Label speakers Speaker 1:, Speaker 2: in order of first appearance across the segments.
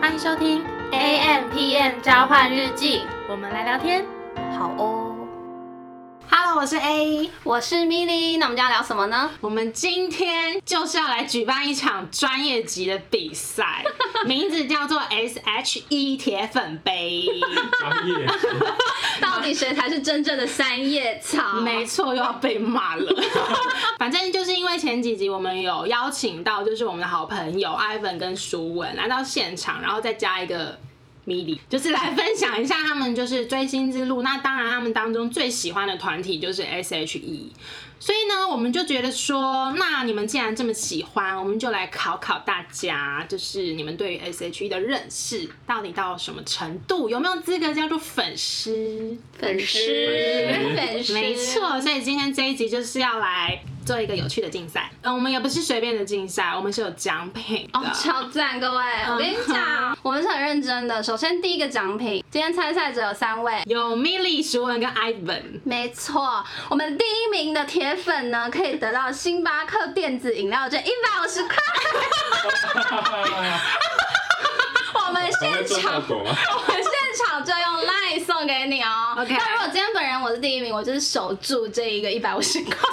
Speaker 1: 欢迎收听 A M P M 交换日记，我们来聊天。
Speaker 2: 好哦。Hello，我是 A，
Speaker 1: 我是 Milly，那我们今天要聊什么呢？
Speaker 2: 我们今天就是要来举办一场专业级的比赛，名字叫做 SHE 铁粉杯。
Speaker 3: 专业，
Speaker 1: 到底谁才是真正的三叶 草？
Speaker 2: 没错，又要被骂了。 反正就是因为前几集我们有邀请到，就是我们的好朋友 Ivan 跟舒文来到现场，然后再加一个 Mili，就是来分享一下他们就是追星之路。那当然，他们当中最喜欢的团体就是 S.H.E。所以呢，我们就觉得说，那你们既然这么喜欢，我们就来考考大家，就是你们对于 S.H.E 的认识到底到什么程度，有没有资格叫做粉丝？
Speaker 1: 粉丝，
Speaker 3: 粉丝
Speaker 1: 粉丝，
Speaker 2: 没错，所以今天这一集就是要来做一个有趣的竞赛。嗯，我们也不是随便的竞赛，我们是有奖品的。
Speaker 1: 哦，超赞！各位，我跟你讲，我们是很认真的。首先，第一个奖品，今天参赛者有三位，
Speaker 2: 有 Milly、舒文跟 Ivan，
Speaker 1: 没错，我们第一名的铁粉呢，可以得到星巴克电子饮料券一百五十块。我们
Speaker 3: 我在
Speaker 1: 现
Speaker 3: 做效
Speaker 1: 场，
Speaker 3: 果吗？
Speaker 1: 我们现场就用 line 送给你哦。
Speaker 2: OK
Speaker 1: 那如果今天本人我是第一名，我就是守住这一个一百五十块。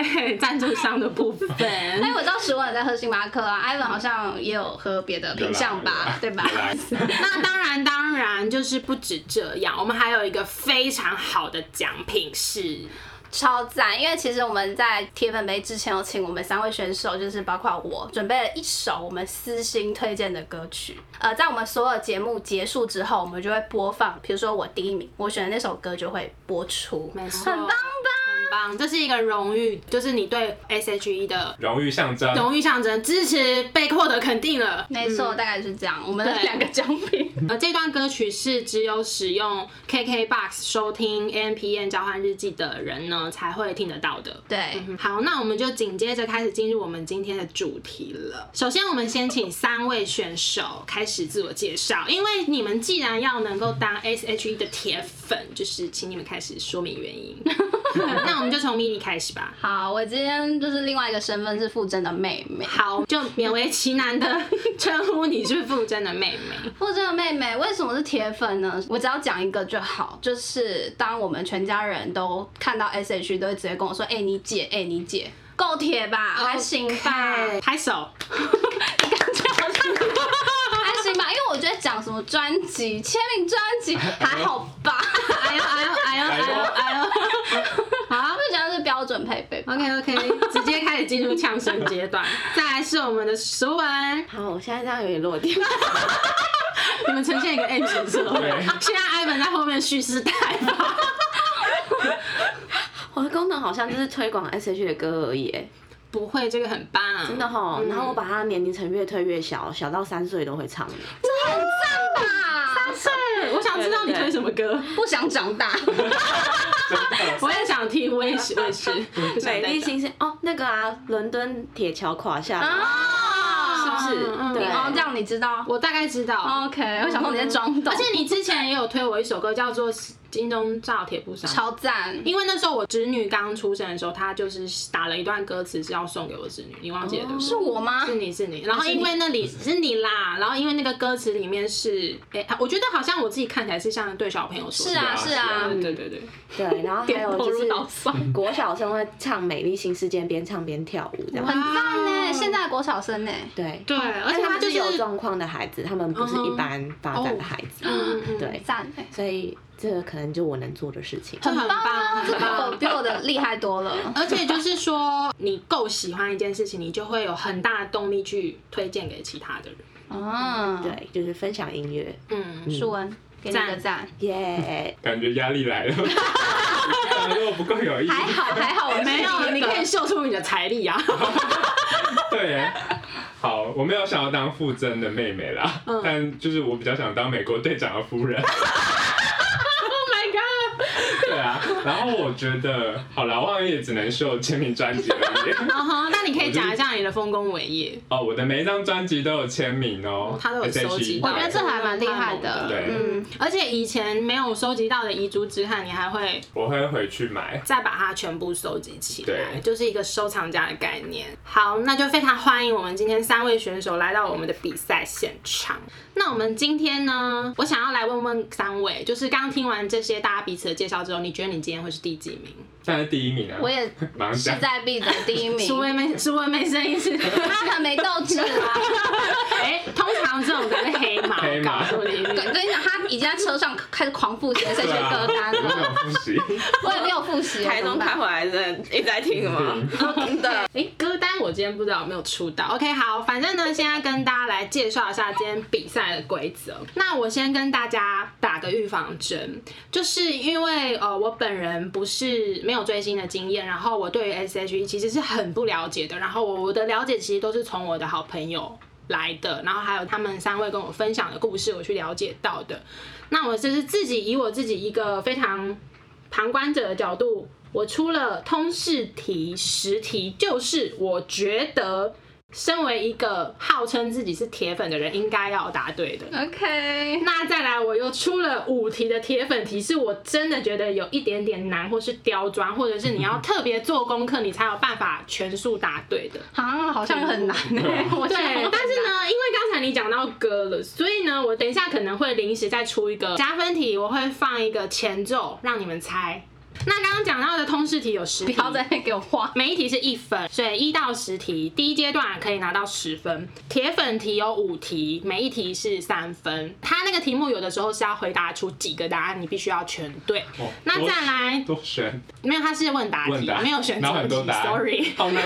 Speaker 2: 对，赞助商的部分。
Speaker 1: 哎，我知道十万在喝星巴克啊，Ivan 好像也有喝别的品相
Speaker 3: 有
Speaker 1: 吧
Speaker 3: 啦，
Speaker 1: 对吧？
Speaker 3: 有啦
Speaker 2: 那当然，当然就是不止这样，我们还有一个非常好的奖品是，
Speaker 1: 超赞！因为其实我们在铁粉杯之前有请我们三位选手，就是包括我，准备了一首我们私心推荐的歌曲。呃，在我们所有节目结束之后，我们就会播放，比如说我第一名，我选的那首歌就会播出。
Speaker 2: 没错，
Speaker 1: 很棒吧？
Speaker 2: 很棒，这是一个荣誉，就是你对 S.H.E 的
Speaker 3: 荣誉象征，
Speaker 2: 荣誉象征，支持被获得肯定了。
Speaker 1: 没错，大概是这样。我们的
Speaker 2: 对
Speaker 1: 两个奖品。
Speaker 2: 呃，这段歌曲是只有使用 KKBOX 收听 M P N 交换日记的人呢才会听得到的。
Speaker 4: 嗯
Speaker 2: 嗯
Speaker 1: 对，
Speaker 2: 好，那我们就紧接着开始进入我们今天的主题了。首先，我们先请三位选手开始自我介绍，因为你们既然要能够当 S H E 的铁粉，就是请你们开始说明原因。 那我们就从 m i 开始吧。
Speaker 1: 好，我今天就是另外一个身份是傅真的妹妹。
Speaker 2: 好，就勉为其难的 称呼你是傅真的妹妹。
Speaker 1: 傅真的妹妹为什么是铁粉呢？我只要讲一个就好，就是当我们全家人都看到 S H，都会直接跟我说：“哎、你姐，哎、你姐，够铁吧？还行吧？
Speaker 4: 哦
Speaker 2: OK，拍手。
Speaker 1: 你感觉好像 还行吧？”因为我觉得讲什么专辑、签名专辑还好 吧，
Speaker 2: 哎呦哎呦哎呦哎呦哎呦！
Speaker 1: 啊，不觉得是标准配备吧
Speaker 2: OK OK，直接开始进入呛声阶段。再来是我们的熟文，
Speaker 4: 好，我现在这样有点 落地。
Speaker 2: 你们呈现一个 M 型社会
Speaker 3: 对。
Speaker 2: 现在艾文在后面蓄势待发。
Speaker 4: 我的功能好像就是推广 S.H. 的歌而已耶，
Speaker 2: 不会，这个很棒。
Speaker 4: 真的吼。
Speaker 2: 嗯
Speaker 4: 然后我把它年龄层越推越小，小到三岁都会唱。
Speaker 1: 啊？
Speaker 2: 是，我想知道你推什么歌。
Speaker 1: 不想长大，
Speaker 3: 真的，
Speaker 2: 我也想听，我也是，我也是。不想 再
Speaker 4: 美丽
Speaker 2: 等
Speaker 4: 新星哦，那个啊，伦敦铁桥垮下来，
Speaker 1: 啊，
Speaker 4: 哦是不是？
Speaker 2: 嗯
Speaker 4: 对，
Speaker 1: 哦，这样你知道
Speaker 2: 我大概知
Speaker 4: 哦
Speaker 2: 道。
Speaker 1: ？OK，我想嗯说你在装懂，
Speaker 2: 而且你之前也有推我一首歌，叫做《金钟罩铁布衫》。
Speaker 1: 超赞，
Speaker 2: 因为那时候我侄女刚出生的时候，她就是打了一段歌词是要送给我侄女，你忘记了对不对？
Speaker 1: 是我吗？
Speaker 2: 是你是你，然后因为那里是你啦，然后因为那个歌词里面是，哎、我觉得好像我自己看起来是像对小朋友说
Speaker 1: 是
Speaker 2: 的，嗯
Speaker 1: 啊，是
Speaker 3: 是
Speaker 1: 啊
Speaker 3: 啊
Speaker 2: 对，对对对，
Speaker 4: 对，然后 还有
Speaker 2: 投
Speaker 4: 就
Speaker 2: 入
Speaker 4: 是
Speaker 2: 到上，
Speaker 4: 国小生会唱《美丽新世界》，边唱边跳舞这样。
Speaker 1: 很棒呢，
Speaker 2: 哇
Speaker 1: 现在的国小生呢，
Speaker 4: 对，
Speaker 2: 对，而
Speaker 4: 而
Speaker 2: 且
Speaker 4: 且他
Speaker 2: 他
Speaker 4: 们
Speaker 2: 就是
Speaker 4: 有
Speaker 2: 是，
Speaker 4: 状况的孩子，他们不是一般发展的孩子。
Speaker 2: 嗯嗯，
Speaker 4: 对，
Speaker 1: 赞 哎，
Speaker 4: 所以这个可能就我能做的事情。
Speaker 2: 这很
Speaker 1: 棒啊，
Speaker 2: 棒，
Speaker 1: 这
Speaker 2: 很
Speaker 1: 比我
Speaker 2: 棒。
Speaker 1: 比我的厉害多了。
Speaker 2: 而且就是说，你够喜欢一件事情，你就会有很大的动力去推荐给其他的人。
Speaker 1: 嗯，，
Speaker 4: 对，就是分享音乐，
Speaker 2: 嗯，
Speaker 1: 舒文给你个赞，
Speaker 4: 耶、
Speaker 3: 感觉压力来 了，讲得我不够有意义，
Speaker 1: 还 好还好，我
Speaker 2: 没有，你可以秀出你的财力啊。
Speaker 3: 对耶。好，我没有想要当傅真的妹妹啦，
Speaker 2: 嗯
Speaker 3: 但就是我比较想当美国队长的夫人。
Speaker 2: Oh my god！
Speaker 3: 对啊，然后我觉得，好了，我好像也只能秀签名专辑而已。
Speaker 2: 嗯哼，那你可以讲一下你的丰功伟业。
Speaker 3: 哦，我的每一张专辑都有签名哦，
Speaker 2: 他都有收集
Speaker 3: SHE
Speaker 2: 到
Speaker 1: 我觉得这还蛮厉害的，
Speaker 3: 对
Speaker 1: 嗯，
Speaker 2: 而且以前没有收集到的遗珠之憾，你还会
Speaker 3: 我会回去买。
Speaker 2: 再把它全部收集起来，
Speaker 3: 对
Speaker 2: 就是一个收藏家的概念。好，那就非常欢迎我们今天三位选手来到我们的比赛现场。那我们今天呢，我想要来问问三位，就是刚听完这些大家彼此的介绍之后，你觉得你今天会是第几 名？
Speaker 3: 但是第一名啊，
Speaker 1: 我 也
Speaker 3: 马
Speaker 1: 势
Speaker 3: 上讲。
Speaker 1: 在必得第一
Speaker 2: 苏
Speaker 1: 名，
Speaker 2: 薇妹，苏薇妹声音是，
Speaker 1: 他很没斗志啊。
Speaker 2: 哎、通常这种都是黑马，
Speaker 3: 黑马
Speaker 2: 我告诉你。
Speaker 1: 跟跟你讲，他已经在车上开始狂复习这些
Speaker 3: 对啊，
Speaker 1: 歌单
Speaker 3: 我都没
Speaker 1: 了，
Speaker 3: 有复习。
Speaker 1: 我也没有复习，
Speaker 4: 台
Speaker 1: 怎么
Speaker 4: 中
Speaker 1: 办
Speaker 4: 开回来的一直在听吗？真的，
Speaker 2: 哎、歌单我今天不知道有没有出到。OK，好，反正呢，现在跟大家来介绍一下今天比赛的规则。那我先跟大家打个预防针，就是因为呃，我本人不是没有追星的经验，然后我对于 S.H.E 其实是很不了解的，然后我我的了解其实都是从我的好朋友来的，然后还有他们三位跟我分享的故事，我去了解到的。那我就是自己以我自己一个非常旁观者的角度，我出了通识题十题，就是我觉得身为一个号称自己是铁粉的人，应该要答对的。
Speaker 1: ？OK，
Speaker 2: 那再来，我又出了五题的铁粉题，是我真的觉得有一点点难，或是刁钻，或者是你要特别做功课，你才有办法全数答对的。
Speaker 1: 啊，好像很难哎，
Speaker 3: 啊
Speaker 1: 我
Speaker 2: 对，
Speaker 1: 现在好像
Speaker 2: 但是呢，因为刚才你讲到歌了，所以呢，我等一下可能会临时再出一个加分题，我会放一个前奏让你们猜。那刚刚讲到的通识题有十
Speaker 1: 不
Speaker 2: 题，
Speaker 1: 要在那边给我画。
Speaker 2: 每一题是一分，所以一到十题，第一阶段可以拿到十分。铁粉题有五题，每一题是三分。它那个题目有的时候是要回答出几个答案，你必须要全对。
Speaker 3: 哦
Speaker 2: 那
Speaker 3: 多
Speaker 2: 再来，
Speaker 3: 多选
Speaker 2: 没有，它是问答
Speaker 3: 问
Speaker 2: 题，
Speaker 3: 答，
Speaker 2: 没有选
Speaker 3: 然后
Speaker 2: 择
Speaker 3: 很
Speaker 2: 题
Speaker 3: 多答案
Speaker 2: ，sorry。
Speaker 3: 好难。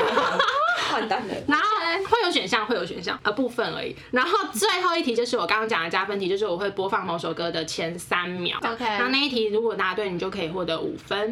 Speaker 4: 完蛋了。
Speaker 2: 然后呃会有选项，会有选项，呃，部分而已。然后最后一题就是我刚刚讲的加分题，就是我会播放某首歌的前三秒。
Speaker 1: OK
Speaker 2: 然后那一题如果答对，你就可以获得五分。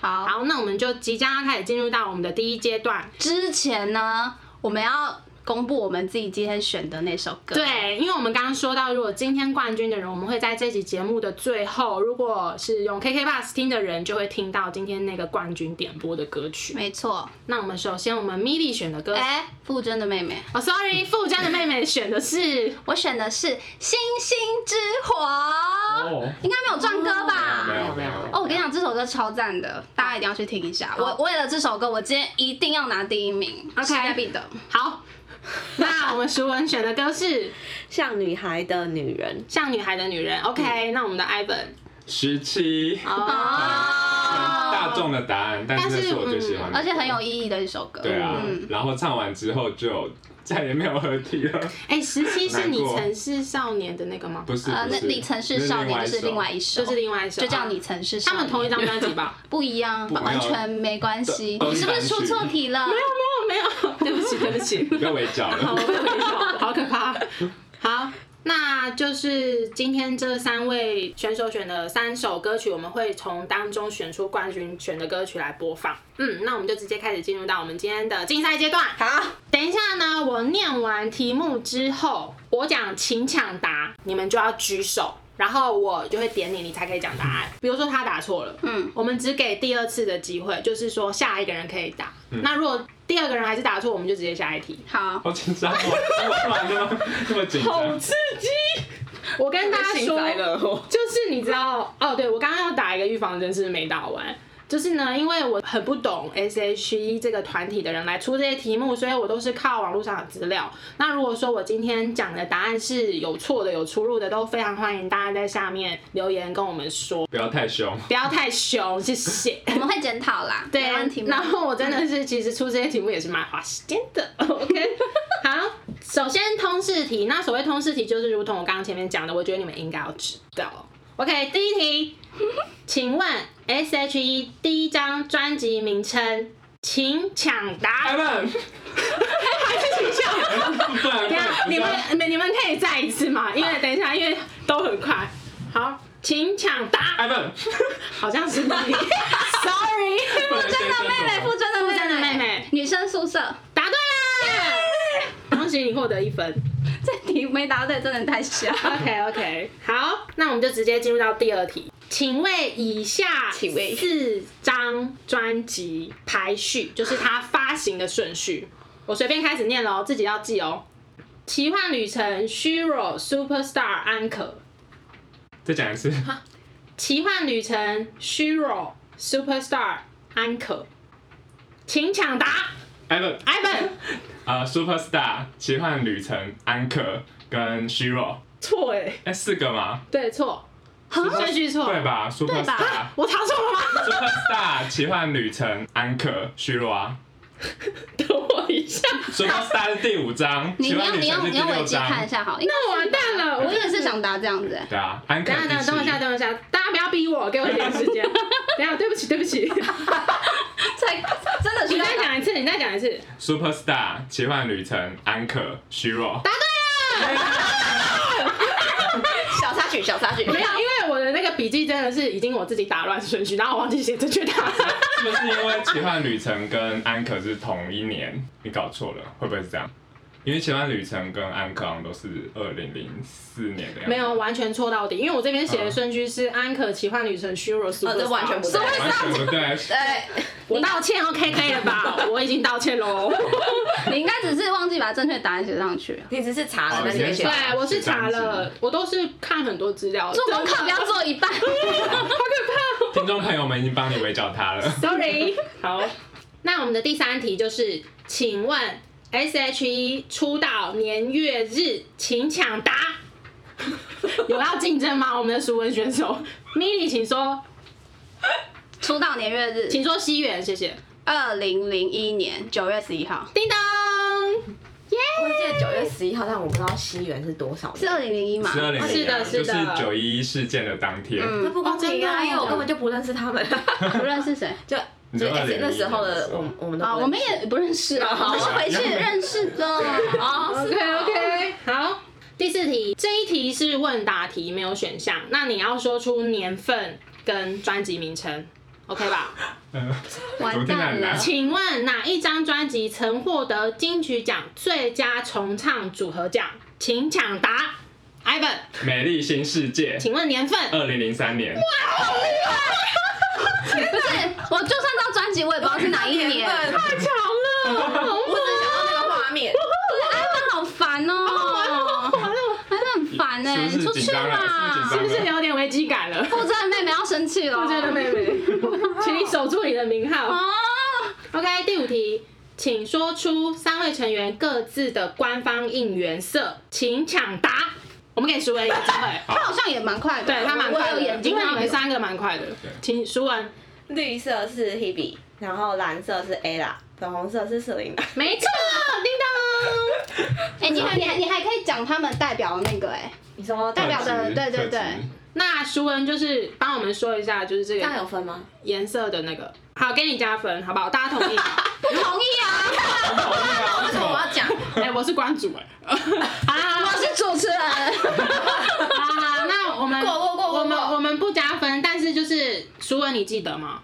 Speaker 1: 好，
Speaker 2: 好，那我们就即将要开始进入到我们的第一阶段。
Speaker 1: 之前呢，我们要公布我们自己今天选的那首歌。，
Speaker 2: 对，因为我们刚刚说到，如果今天冠军的人，我们会在这期节目的最后，如果是用 KK Bus 听的人，就会听到今天那个冠军点播的歌曲。
Speaker 1: 没错。
Speaker 2: 那我们首先，我们 Milly 选的歌，
Speaker 1: 哎，傅真的妹妹，
Speaker 2: 哦，sorry，富江的妹妹选的是，
Speaker 1: 我选的是《星星之火》，
Speaker 3: 哦，
Speaker 1: 应该没有撞歌吧？
Speaker 3: 没有没
Speaker 1: 哦，
Speaker 3: 有，
Speaker 1: 我跟你讲，这首歌超赞的，大家一定要去听一下。我为了这首歌，我今天一定要拿第一名
Speaker 2: OK
Speaker 1: 势在必得。
Speaker 2: 好， 那我们淑文选的歌是《
Speaker 4: 像女孩的女人，
Speaker 2: 像女孩的女人》，OK，那我
Speaker 1: 嗯
Speaker 2: 们的 Ivan，
Speaker 3: 十七，
Speaker 1: 哦
Speaker 2: 哦，
Speaker 3: 大众的答案，但
Speaker 2: 但
Speaker 3: 是
Speaker 2: 是
Speaker 3: 这是我最喜欢
Speaker 1: 嗯
Speaker 3: 的，
Speaker 1: 而且很有意义的一首歌。
Speaker 3: 对啊
Speaker 1: 嗯，。
Speaker 3: 然后唱完之后就再也没有合体了。
Speaker 2: 哎，十七是你
Speaker 3: 难过
Speaker 2: 曾是少年的那个吗？
Speaker 3: 不是，
Speaker 1: 呃，
Speaker 3: 不
Speaker 1: 那
Speaker 3: 是
Speaker 1: 你曾是少年就是另外一首，
Speaker 2: 就是另外一首，
Speaker 1: 就叫你曾是少
Speaker 2: 他
Speaker 1: 年。
Speaker 2: 们同一张专辑 吧？
Speaker 1: 不一样，
Speaker 3: 不一样
Speaker 1: 完全没关系。
Speaker 3: 都
Speaker 1: 你是不是出错题了？没有，
Speaker 2: 哦，没有，对不起，对不起。
Speaker 3: 你被围剿
Speaker 2: 好，我
Speaker 3: 了。
Speaker 2: 被围剿，好可怕。好，那就是今天这三位选手选的三首歌曲，我们会从当中选出冠军选的歌曲来播放。嗯，那我们就直接开始进入到我们今天的竞赛阶段。
Speaker 4: 好，
Speaker 2: 等一下呢，我念完题目之后，我讲请抢答，你们就要举手。然后我就会点你，你才可以讲答案。比如说他答错了，
Speaker 1: 嗯，
Speaker 2: 我们只给第二次的机会，就是说下一个人可以答。那如果第二个人还是答错，我们就直接下一题。
Speaker 1: 好，
Speaker 3: 好紧张哦！我突然那么那么紧张，
Speaker 2: 激！我跟大家
Speaker 4: 幸
Speaker 2: 说，
Speaker 4: 灾乐 祸。
Speaker 2: 就是你知道哦，对我刚刚要打一个预防针，是没打完。就是呢，因为我很不懂 S.H.E 这个团体的人来出这些题目，所以我都是靠网络上的资料。那如果说我今天讲的答案是有错的、有出入的，都非常欢迎大家在下面留言跟我们说，
Speaker 3: 不要太凶。
Speaker 2: 不要太凶，谢谢。
Speaker 1: 我们会检讨啦，
Speaker 2: 对
Speaker 1: 没问题，
Speaker 2: 然
Speaker 1: 吗？
Speaker 2: 后我真的是，其实出这些题目也是蛮花时间的。OK，好，首先通识题，那所谓通识题就是如同我刚刚前面讲的，我觉得你们应该要知道。OK，第一题，请问 S.H.E 第一张专辑名称，请抢
Speaker 3: 艾
Speaker 2: 答。
Speaker 3: 曼，哎
Speaker 2: 等
Speaker 3: 不然
Speaker 2: 一下，你们
Speaker 3: 不
Speaker 2: 你们你们可以再一次吗？因为等一下，因为都很快。好，请抢答，
Speaker 3: 艾曼，
Speaker 2: 好像是你 ，Sorry，
Speaker 3: 不然
Speaker 1: 真
Speaker 3: 先
Speaker 1: 的
Speaker 3: 生
Speaker 1: 妹妹，
Speaker 3: 好
Speaker 1: 傅真的妹妹，
Speaker 2: 真的妹妹
Speaker 1: 女生宿舍
Speaker 2: 答对啦，恭喜你获得一分。
Speaker 1: 这题没答对，真的太瞎。
Speaker 2: OK OK，好，那我们就直接进入到第二题。请为以下
Speaker 4: 请为
Speaker 2: 四张专辑排序，就是它发行的顺序。我随便开始念喽，自己要记哦。奇幻旅程、Shiro、Superstar、安可。
Speaker 3: 再讲一次，
Speaker 2: 奇幻旅程、Shiro、Superstar、安可。请抢答
Speaker 3: 艾文
Speaker 2: ，Ivan
Speaker 3: 啊，Superstar 奇幻旅程安可跟 Shiro，
Speaker 2: 错哎、
Speaker 3: 哎，四个吗？
Speaker 2: 对错，顺序错，
Speaker 3: 对吧？Superstar
Speaker 2: 我查错了吗？
Speaker 3: Superstar 奇幻旅程安可 Shiro 啊
Speaker 2: 等我一下，
Speaker 3: ，Superstar 是第五 章，
Speaker 1: 你
Speaker 3: 奇
Speaker 1: 你要
Speaker 3: 幻
Speaker 1: 你
Speaker 3: 旅
Speaker 1: 要
Speaker 3: 程
Speaker 1: 你
Speaker 3: 是第
Speaker 1: 要维
Speaker 3: 六
Speaker 1: 基看一
Speaker 3: 章。
Speaker 1: 下好，因为
Speaker 2: 那完蛋 了，
Speaker 1: 我啊
Speaker 2: 我
Speaker 1: 也是想答这样子、欸。
Speaker 3: 对啊，安可
Speaker 2: 等一下，等一下，等我一下，
Speaker 3: 第七
Speaker 2: 等我一下，大家不要逼我，给我一点时 间。等一下，对不起，对不起，
Speaker 1: 才真的
Speaker 2: 你
Speaker 1: 需要
Speaker 2: 再 讲一次，你再讲一次。
Speaker 3: Superstar 奇幻旅程安可 Shiro，
Speaker 4: 小插曲，小插曲，
Speaker 2: 没有，因为我的那个笔记真的是已经我自己打乱顺序，然后我忘记写正确答 案。
Speaker 3: 是不是因为奇幻旅程跟安可是同一年？你搞错了，会不会是这样？因为奇幻旅程跟安可好像都是二零零四年的样子。
Speaker 2: 没有完全错到底，因为我这边写的顺序是安可奇幻旅程 Shiro s u
Speaker 4: 哦这完全不对
Speaker 3: 完全不对，
Speaker 4: 哎
Speaker 1: 对，
Speaker 2: 我道歉，OK 可以了吧？ 我已经道歉喽。
Speaker 1: 你应该只是忘记把正确答案写上去。
Speaker 4: 你只是查了，但是
Speaker 3: 哦
Speaker 4: 没
Speaker 3: 你
Speaker 4: 写
Speaker 3: 先
Speaker 2: 对
Speaker 3: 查。，
Speaker 2: 我是查了，我都是看很多资料，
Speaker 1: 做功课不要做一半。
Speaker 2: 哦
Speaker 3: 听众朋友们已经帮你围剿他了。
Speaker 2: Sorry，好， 那我们的第三题就是，请问 S.H.E 出道年月日，请抢 答。有要竞争吗？我们的熟文选手 Milly，请说，
Speaker 1: 出道年月日，
Speaker 2: 请说西元，谢谢。
Speaker 1: 二零零一年九月十一号，
Speaker 2: 叮咚，
Speaker 4: 我记得九月十一号，但我不知道西元是多少。
Speaker 1: 是二零零一嘛？
Speaker 3: 是二零啊
Speaker 2: 是的
Speaker 3: 就是
Speaker 2: 的
Speaker 3: 九一一事件的当天，
Speaker 4: 那
Speaker 1: 嗯，
Speaker 4: 不公平
Speaker 2: 哦真的
Speaker 4: 啊，
Speaker 2: 哦
Speaker 4: 因为我根本就不认识 他们。
Speaker 1: 不认识谁
Speaker 4: 就
Speaker 3: 你
Speaker 4: 就
Speaker 3: 说2001
Speaker 4: 那时候的我哦们，我们都
Speaker 1: 啊？
Speaker 4: 不认识
Speaker 1: 我们也不认 识啊，
Speaker 4: 好
Speaker 1: 我们回去认识的。啊
Speaker 4: 哦，是
Speaker 2: OK OK，好。第四题，这一题是问答题，没有选项。那你要说出年份跟专辑名称，OK 吧？
Speaker 3: 嗯，
Speaker 1: 完蛋了
Speaker 2: 请问哪一张专辑曾获得金曲奖最佳重唱组合奖？请抢答。Ivan，
Speaker 3: 美丽新世界，
Speaker 2: 请问年份？
Speaker 3: 二零零三年，
Speaker 1: 不是，我就算到专辑，我也不知道是哪一 年。哎
Speaker 4: 份，
Speaker 2: 太强了，
Speaker 4: 我只想到那个画面。
Speaker 1: 艾文好烦哦，艾文很烦哎，
Speaker 3: 是
Speaker 1: 出
Speaker 3: 不
Speaker 1: 去
Speaker 3: 是紧张了？
Speaker 1: 啦
Speaker 2: 是
Speaker 3: 是不是紧张！啊了？
Speaker 2: 不是有点危机感了？
Speaker 1: 负责的妹妹要生 气了，啊
Speaker 2: 我觉得妹妹，请你守住你的名号。
Speaker 1: 哦，
Speaker 2: OK，第五题，请说出三位成员各自的官方应援色，请抢答。我们给淑文一个机会，
Speaker 1: 她好像也蛮快的，
Speaker 2: 对他蛮快
Speaker 1: 我有
Speaker 2: 的，
Speaker 1: 眼睛啊
Speaker 2: 因为你
Speaker 1: 她
Speaker 2: 们
Speaker 1: 有
Speaker 2: 三个蛮快的，请淑文。
Speaker 4: 绿色是 Hebe，然后蓝色是 Ella，粉红色是 Selina。
Speaker 2: 没错，叮
Speaker 1: 哎、你还你还你还可以讲他们代表的那个哎、
Speaker 4: 你说
Speaker 1: 代表的对对对
Speaker 2: 咚。那舒文就是帮我们说一下，就是这
Speaker 4: 这样
Speaker 2: 个
Speaker 4: 有分吗？
Speaker 2: 颜色的那个，好，给你加分，好不好？大家同意？
Speaker 1: 不同意啊，
Speaker 3: 为什么？
Speaker 4: 讲，
Speaker 2: 哎、我是关主哎、好啦好
Speaker 1: 我
Speaker 2: 啦
Speaker 1: 是主持人，
Speaker 2: 好啦好啦那我们
Speaker 4: 过过过过
Speaker 2: 我们
Speaker 4: 过
Speaker 2: 我们不加分，但是就是舒文，你记得吗？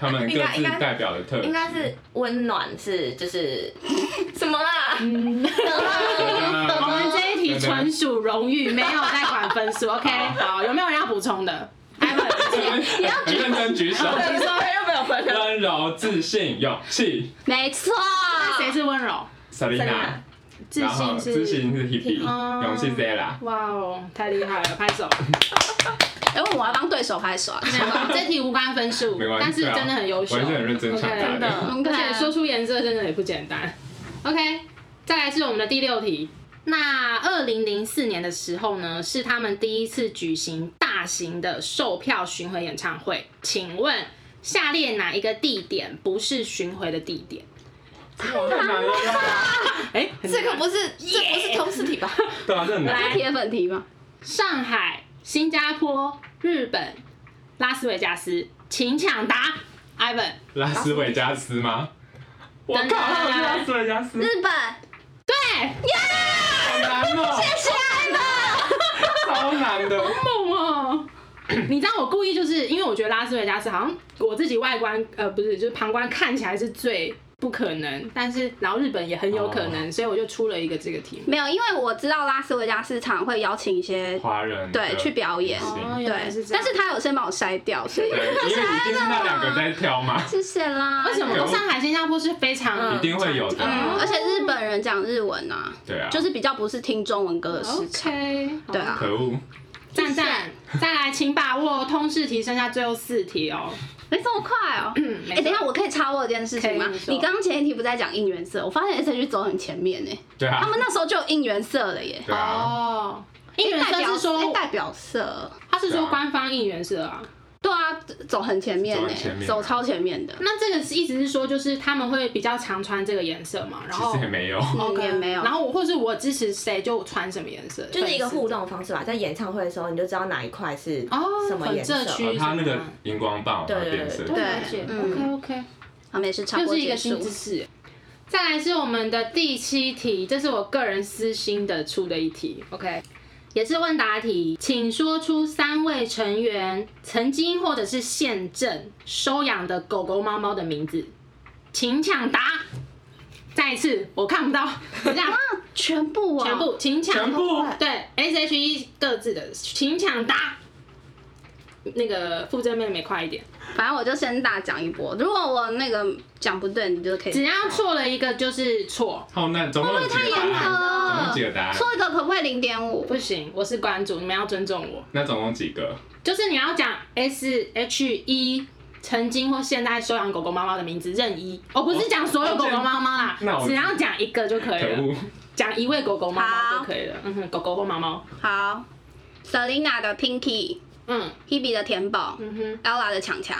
Speaker 3: 他们各自代表的特质
Speaker 4: 应该是温暖是就是 什么啦？
Speaker 3: 啊
Speaker 2: 我们这一题
Speaker 3: 对对
Speaker 2: 纯属荣誉，没有在管分数。OK，好，有没有人要补充的？艾文，
Speaker 1: 你要
Speaker 3: 很认真举手，
Speaker 4: 你说又没有分了。
Speaker 3: 温柔、自信、勇气
Speaker 1: 没错，
Speaker 2: 谁是温柔？
Speaker 3: ，Selina，
Speaker 4: Selina
Speaker 2: 自
Speaker 3: 然后
Speaker 2: 信是
Speaker 3: 自信是 Hebe，
Speaker 2: 哦
Speaker 3: 勇气 Zella，
Speaker 2: 哇哦，太厉害了，拍手。
Speaker 1: 哎、我要帮对手拍手啊，
Speaker 2: 没有这题无关分数
Speaker 3: 没，关
Speaker 2: 但
Speaker 3: 系，
Speaker 2: 是
Speaker 3: 对啊
Speaker 2: 真的很优秀，
Speaker 3: 我还是很认真
Speaker 2: OK，
Speaker 3: 抢答
Speaker 2: 真
Speaker 3: 的。
Speaker 2: 的，
Speaker 1: OK
Speaker 2: 而且说出颜色真的也不简单。OK，再来是我们的第六题。那二零零四年的时候呢，是他们第一次举行大型的售票巡回演唱会。请问下列哪一个地点不是巡回的地点？
Speaker 3: 哇太难了吧，
Speaker 2: 哎、很
Speaker 4: 这个
Speaker 2: 难
Speaker 4: 不是，这不是通识题吧？
Speaker 3: 对啊，这很难。
Speaker 1: 铁粉题吗？
Speaker 2: 上海、新加坡、日本、拉斯维加斯，请抢答，Ivan。
Speaker 3: 拉斯维加斯吗？我
Speaker 2: 等等
Speaker 3: 靠，
Speaker 1: 啊
Speaker 3: 拉斯维加斯，
Speaker 1: 日本，
Speaker 2: 对，
Speaker 3: 好难哦，
Speaker 1: 谢爱 的，
Speaker 3: 超难的。
Speaker 2: 梦哦！你知道我故意就是因为我觉得拉斯维加斯好像我自己外观呃不是就是旁观看起来是最不可能，但是然后日本也很有可能，所以我就出了一个这个题目。
Speaker 1: 没有，因为我知道拉斯维加斯常会邀请一些
Speaker 3: 华人的
Speaker 1: 对去表演
Speaker 3: 明星
Speaker 2: 哦
Speaker 1: 对
Speaker 2: 原来是，这
Speaker 1: 但
Speaker 2: 样
Speaker 1: 是他有先把我筛掉，所以
Speaker 3: 对，因为一定是那两个在挑嘛，
Speaker 1: 谢谢啦。
Speaker 2: 为什么上海、新加坡是非常
Speaker 4: 嗯
Speaker 3: 一定会有的啊。
Speaker 1: 嗯而且日本人讲日文啊，
Speaker 3: 对啊，
Speaker 1: 就是比较不是听中文歌的市场。
Speaker 2: 哦 OK？
Speaker 1: 对啊
Speaker 3: 可恶，
Speaker 2: 赞赞，再来，请把握通识题，剩下最后四题哦。
Speaker 1: 没这么快哦。哎、
Speaker 2: 没
Speaker 1: 等一
Speaker 2: 错
Speaker 1: 下，我可以插我一件事情吗
Speaker 2: 可以你？说
Speaker 1: 你刚刚前一题不是在讲应援色，我发现 S H 走很前面呢、
Speaker 3: 对啊
Speaker 1: 他，们那时候就有应援色了耶。
Speaker 3: 对啊，
Speaker 2: 哦，应援
Speaker 1: 代
Speaker 2: 色
Speaker 1: 表
Speaker 2: 是
Speaker 1: 哎
Speaker 2: 说，
Speaker 1: 代表色，
Speaker 2: 他是说官方应援色啊。
Speaker 1: 对啊，走很前面
Speaker 3: 走
Speaker 1: 呢、
Speaker 3: 很前面啊
Speaker 1: 走超前面的。
Speaker 2: 那这个是意思是说，就是他们会比较常穿这个颜色嘛？然
Speaker 3: 其
Speaker 2: 后
Speaker 3: 实也没有，
Speaker 1: 嗯，也没有。
Speaker 2: 啊然后我或是我支持谁就穿什么颜色，
Speaker 4: 就是一个
Speaker 2: 粉色
Speaker 4: 互动方式吧，在演唱会的时候你就知道哪一块是
Speaker 2: 哦
Speaker 4: 什么
Speaker 2: 粉
Speaker 4: 颜色
Speaker 2: 色。区
Speaker 3: 哦他那个荧光棒啊把它变色，
Speaker 4: 对
Speaker 1: 了解嗯
Speaker 2: OK，
Speaker 1: 他们也是差不
Speaker 2: 又
Speaker 1: 多
Speaker 2: 是一
Speaker 1: 结
Speaker 2: 个新
Speaker 1: 束啊
Speaker 2: 知。识。再来是我们的第七题，这是我个人私心的出的一题，OK，也是问答题，请说出三位成员曾经或者是现正收养的狗狗、猫猫的名字，请抢答。再一次，我看不到，等一下，
Speaker 1: 全部啊，
Speaker 2: 全部，请抢，
Speaker 3: 全部
Speaker 2: 对，S H E 各自的，请抢答。那个傅正妹妹快一点，
Speaker 1: 反正我就先大讲一波。如果我那个讲不对，你就可以
Speaker 2: 只要错了一个就是错，
Speaker 3: 好难，总共有几
Speaker 1: 太
Speaker 3: 个
Speaker 1: 严
Speaker 3: 答
Speaker 1: 格
Speaker 3: 案？总共几个答
Speaker 1: 了。
Speaker 3: 案？
Speaker 1: 错一个可不可以零点五？
Speaker 2: 不行，我是关主，你们要尊重我。
Speaker 3: 那总共几个？
Speaker 2: 就是你要讲 S H E 曾经或现在收养狗狗、猫猫的名字任意，我、不是讲所有狗狗、猫猫啦
Speaker 3: 哦那，我
Speaker 2: 只要讲一个就可以
Speaker 1: 啊
Speaker 2: 了，
Speaker 3: 可恶，
Speaker 2: 讲一位狗狗、猫猫
Speaker 1: 好
Speaker 2: 就可以了。嗯哼，狗狗或猫猫，
Speaker 1: 好，Selina 的 Pinky，
Speaker 2: 嗯
Speaker 1: Hebe 的甜宝、
Speaker 2: 嗯
Speaker 1: Ella 的强强，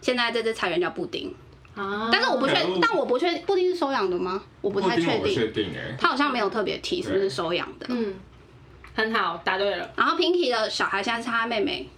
Speaker 1: 现在这只裁员叫布丁，
Speaker 2: 哼，啊，
Speaker 1: 但是我不确
Speaker 3: 可恶，
Speaker 1: 但我不确布丁是收养的吗？我不
Speaker 3: 布
Speaker 1: 太
Speaker 3: 丁
Speaker 1: 确
Speaker 3: 嗯我不确
Speaker 1: 定，
Speaker 3: 定哎，
Speaker 1: 他好像没有特别提是不是收养的。
Speaker 2: 嗯，很好，答对了。
Speaker 1: 然后 Pinky 的小孩现在是他妹妹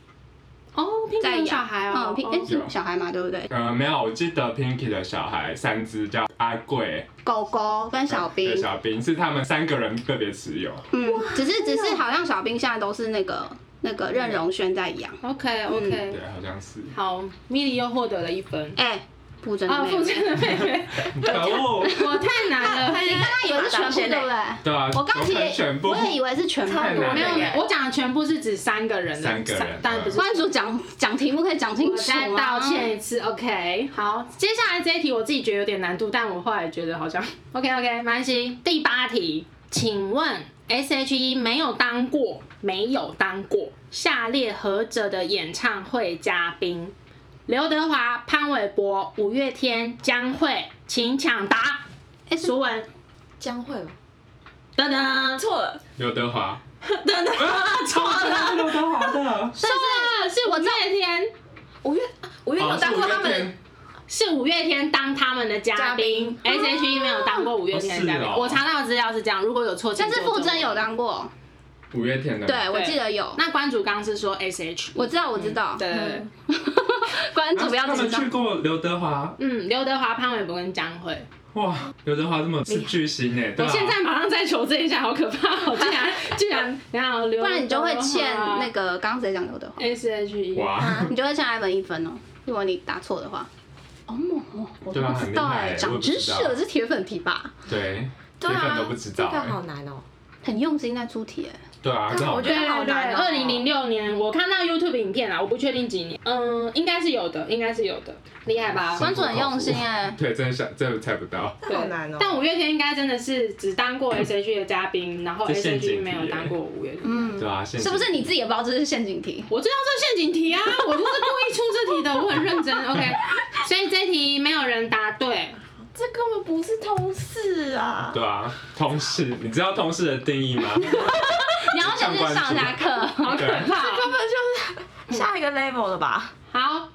Speaker 2: 哦，拼
Speaker 1: 在
Speaker 2: 有
Speaker 1: 养，
Speaker 2: 小孩
Speaker 1: 嗯
Speaker 2: 哦，
Speaker 1: ，Pin
Speaker 2: 哦
Speaker 1: 诶是小孩嘛，对不对？
Speaker 3: 呃，没有，我记得 Pinky 的小孩三只叫阿贵、
Speaker 1: 狗狗跟小兵
Speaker 3: 对，小兵是他们三个人个别持有，
Speaker 1: 嗯，只是只是好像小兵现在都是那个那个任容萱在养，
Speaker 2: OK OK，
Speaker 3: 对，好像是。
Speaker 2: 好，米莉又获得了一分。
Speaker 1: 哎，不真的
Speaker 2: 哦，
Speaker 1: 妹
Speaker 2: 傅
Speaker 1: 妹，
Speaker 2: 真的妹妹，
Speaker 3: 可恶，
Speaker 2: 我太难了。
Speaker 1: 你哎刚刚以为是全部对不对？
Speaker 3: 哦对啊，
Speaker 1: 我刚
Speaker 3: 怎
Speaker 1: 其
Speaker 3: 么可能全
Speaker 1: 实
Speaker 3: 部
Speaker 1: 我也以为是全部，
Speaker 4: 太难了
Speaker 2: 没
Speaker 3: 对
Speaker 2: 有，我讲的全部是指三个人的，
Speaker 3: 三个人嗯
Speaker 2: 但不是
Speaker 1: 关主讲讲题目可以讲清
Speaker 2: 我
Speaker 1: 楚啊
Speaker 2: 再
Speaker 1: 吗
Speaker 2: 道歉一次，OK。好，接下来这一题我自己觉得有点难度，但我后来觉得好像 OK OK，没关系。第八题，请问 S H E 没有当过，没有当过下列何者的演唱会嘉宾？刘德华、潘玮柏、五月天、江蕙，请抢答。
Speaker 1: 哎
Speaker 2: 苏文，
Speaker 4: 江蕙吧，
Speaker 2: 噔噔，
Speaker 4: 错了，
Speaker 3: 刘德华，啊
Speaker 2: 错 了，
Speaker 3: 刘德华 的，
Speaker 1: 是
Speaker 2: 是是五月天，
Speaker 4: 五月五月有当过他们，
Speaker 2: 是五月天当他们的嘉宾，S H E 没有当过五月天的嘉宾。
Speaker 3: 哦是哦
Speaker 2: 我查到的资料是这样，如果有错，
Speaker 1: 但是傅
Speaker 2: 真
Speaker 1: 真有。当过，
Speaker 3: 五月天的，
Speaker 1: 对我记得有。
Speaker 2: 那关主刚刚是说 S H，E
Speaker 1: 我知道，我知道。
Speaker 2: 对，
Speaker 4: 嗯
Speaker 1: 关
Speaker 3: 啊
Speaker 1: 主不要
Speaker 3: 他
Speaker 1: 紧
Speaker 3: 们去
Speaker 1: 张。
Speaker 3: 过刘德华，
Speaker 2: 嗯，刘德华、潘玮柏跟江蕙。
Speaker 3: 哇，刘德华这么是巨星哎，对
Speaker 2: 我
Speaker 3: 啊，
Speaker 2: 现在马上再求证一下，好可怕哦！竟然竟然，然后刘
Speaker 1: 不
Speaker 2: 德华，
Speaker 1: 然你就会欠那个刚刚谁讲刘德华，
Speaker 2: S H E。
Speaker 3: 哇，
Speaker 1: 你就会欠艾文一分哦。如果你答错的话，哦，我
Speaker 3: 对
Speaker 1: 都
Speaker 3: 啊
Speaker 1: 不知道
Speaker 3: 很厉害
Speaker 1: 哎，
Speaker 3: 欸
Speaker 1: 长知识
Speaker 3: 我也不知道
Speaker 1: 了，这是铁粉题吧？
Speaker 3: 对，
Speaker 4: 对
Speaker 3: 铁
Speaker 4: 啊，
Speaker 3: 粉都不知道
Speaker 4: 这个
Speaker 3: 哎
Speaker 4: 好难哦。
Speaker 1: 很用心在出题哎。
Speaker 3: 对啊，
Speaker 4: 但
Speaker 3: 这好
Speaker 4: 我觉得好难哦
Speaker 2: 二零零六年，我看到 YouTube 影片啊，我不确定几年，嗯，应该是有的，应该是有的，厉害吧？
Speaker 1: 关主很用心哎。
Speaker 3: 对，真的想，真的猜不到，
Speaker 4: 这好难哦。
Speaker 2: 但五月天应该真的是只当过 S H E 的嘉宾，然后
Speaker 3: 这
Speaker 2: S
Speaker 3: 陷
Speaker 2: H E
Speaker 3: 阱题耶
Speaker 2: 没有当过五月天。
Speaker 1: 嗯，
Speaker 3: 对啊，现
Speaker 1: 是不是你自己也不知道这是陷阱 题？
Speaker 2: 我知道这陷阱题啊，我就是故意出这题的，我很认真。OK，所以这题没有人答对，
Speaker 4: 这根本不是同事啊。
Speaker 3: 对啊，同事，你知道同事的定义吗？
Speaker 1: 你要先去上一下课。
Speaker 2: 好可怕哦、
Speaker 4: 根本就是下一个 level 了吧？
Speaker 2: 好，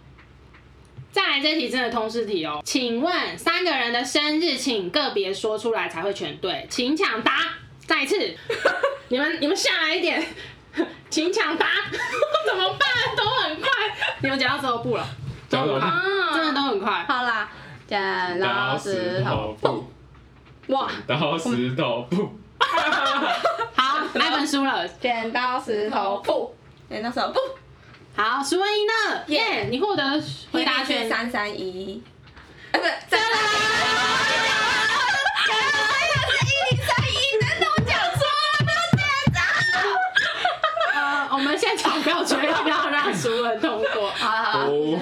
Speaker 2: 再来这题真的通识题哦。请问三个人的生日，请个别说出来才会全对，请抢答。再一次，你们你们下来一点， 请抢答。 怎么办？都很快，你们讲到最后步了，
Speaker 3: 讲什么？
Speaker 2: 真的
Speaker 1: 啊，
Speaker 2: 都很快。
Speaker 1: 好啦，剪
Speaker 3: 刀
Speaker 1: 刀
Speaker 3: 石
Speaker 1: 石
Speaker 3: 头
Speaker 1: 头
Speaker 3: 布，
Speaker 2: 哇，
Speaker 3: 刀石头 布，
Speaker 2: 好，那本输了。
Speaker 1: 剪刀石头布。
Speaker 4: 对，那时候不
Speaker 2: 好，十问一呢，耶、你获得回答权。
Speaker 4: 三三一，哎，不是，在 哎
Speaker 2: 呃，我们现在投票决要不要让熟文通过？
Speaker 1: 好了好了，
Speaker 3: 哦，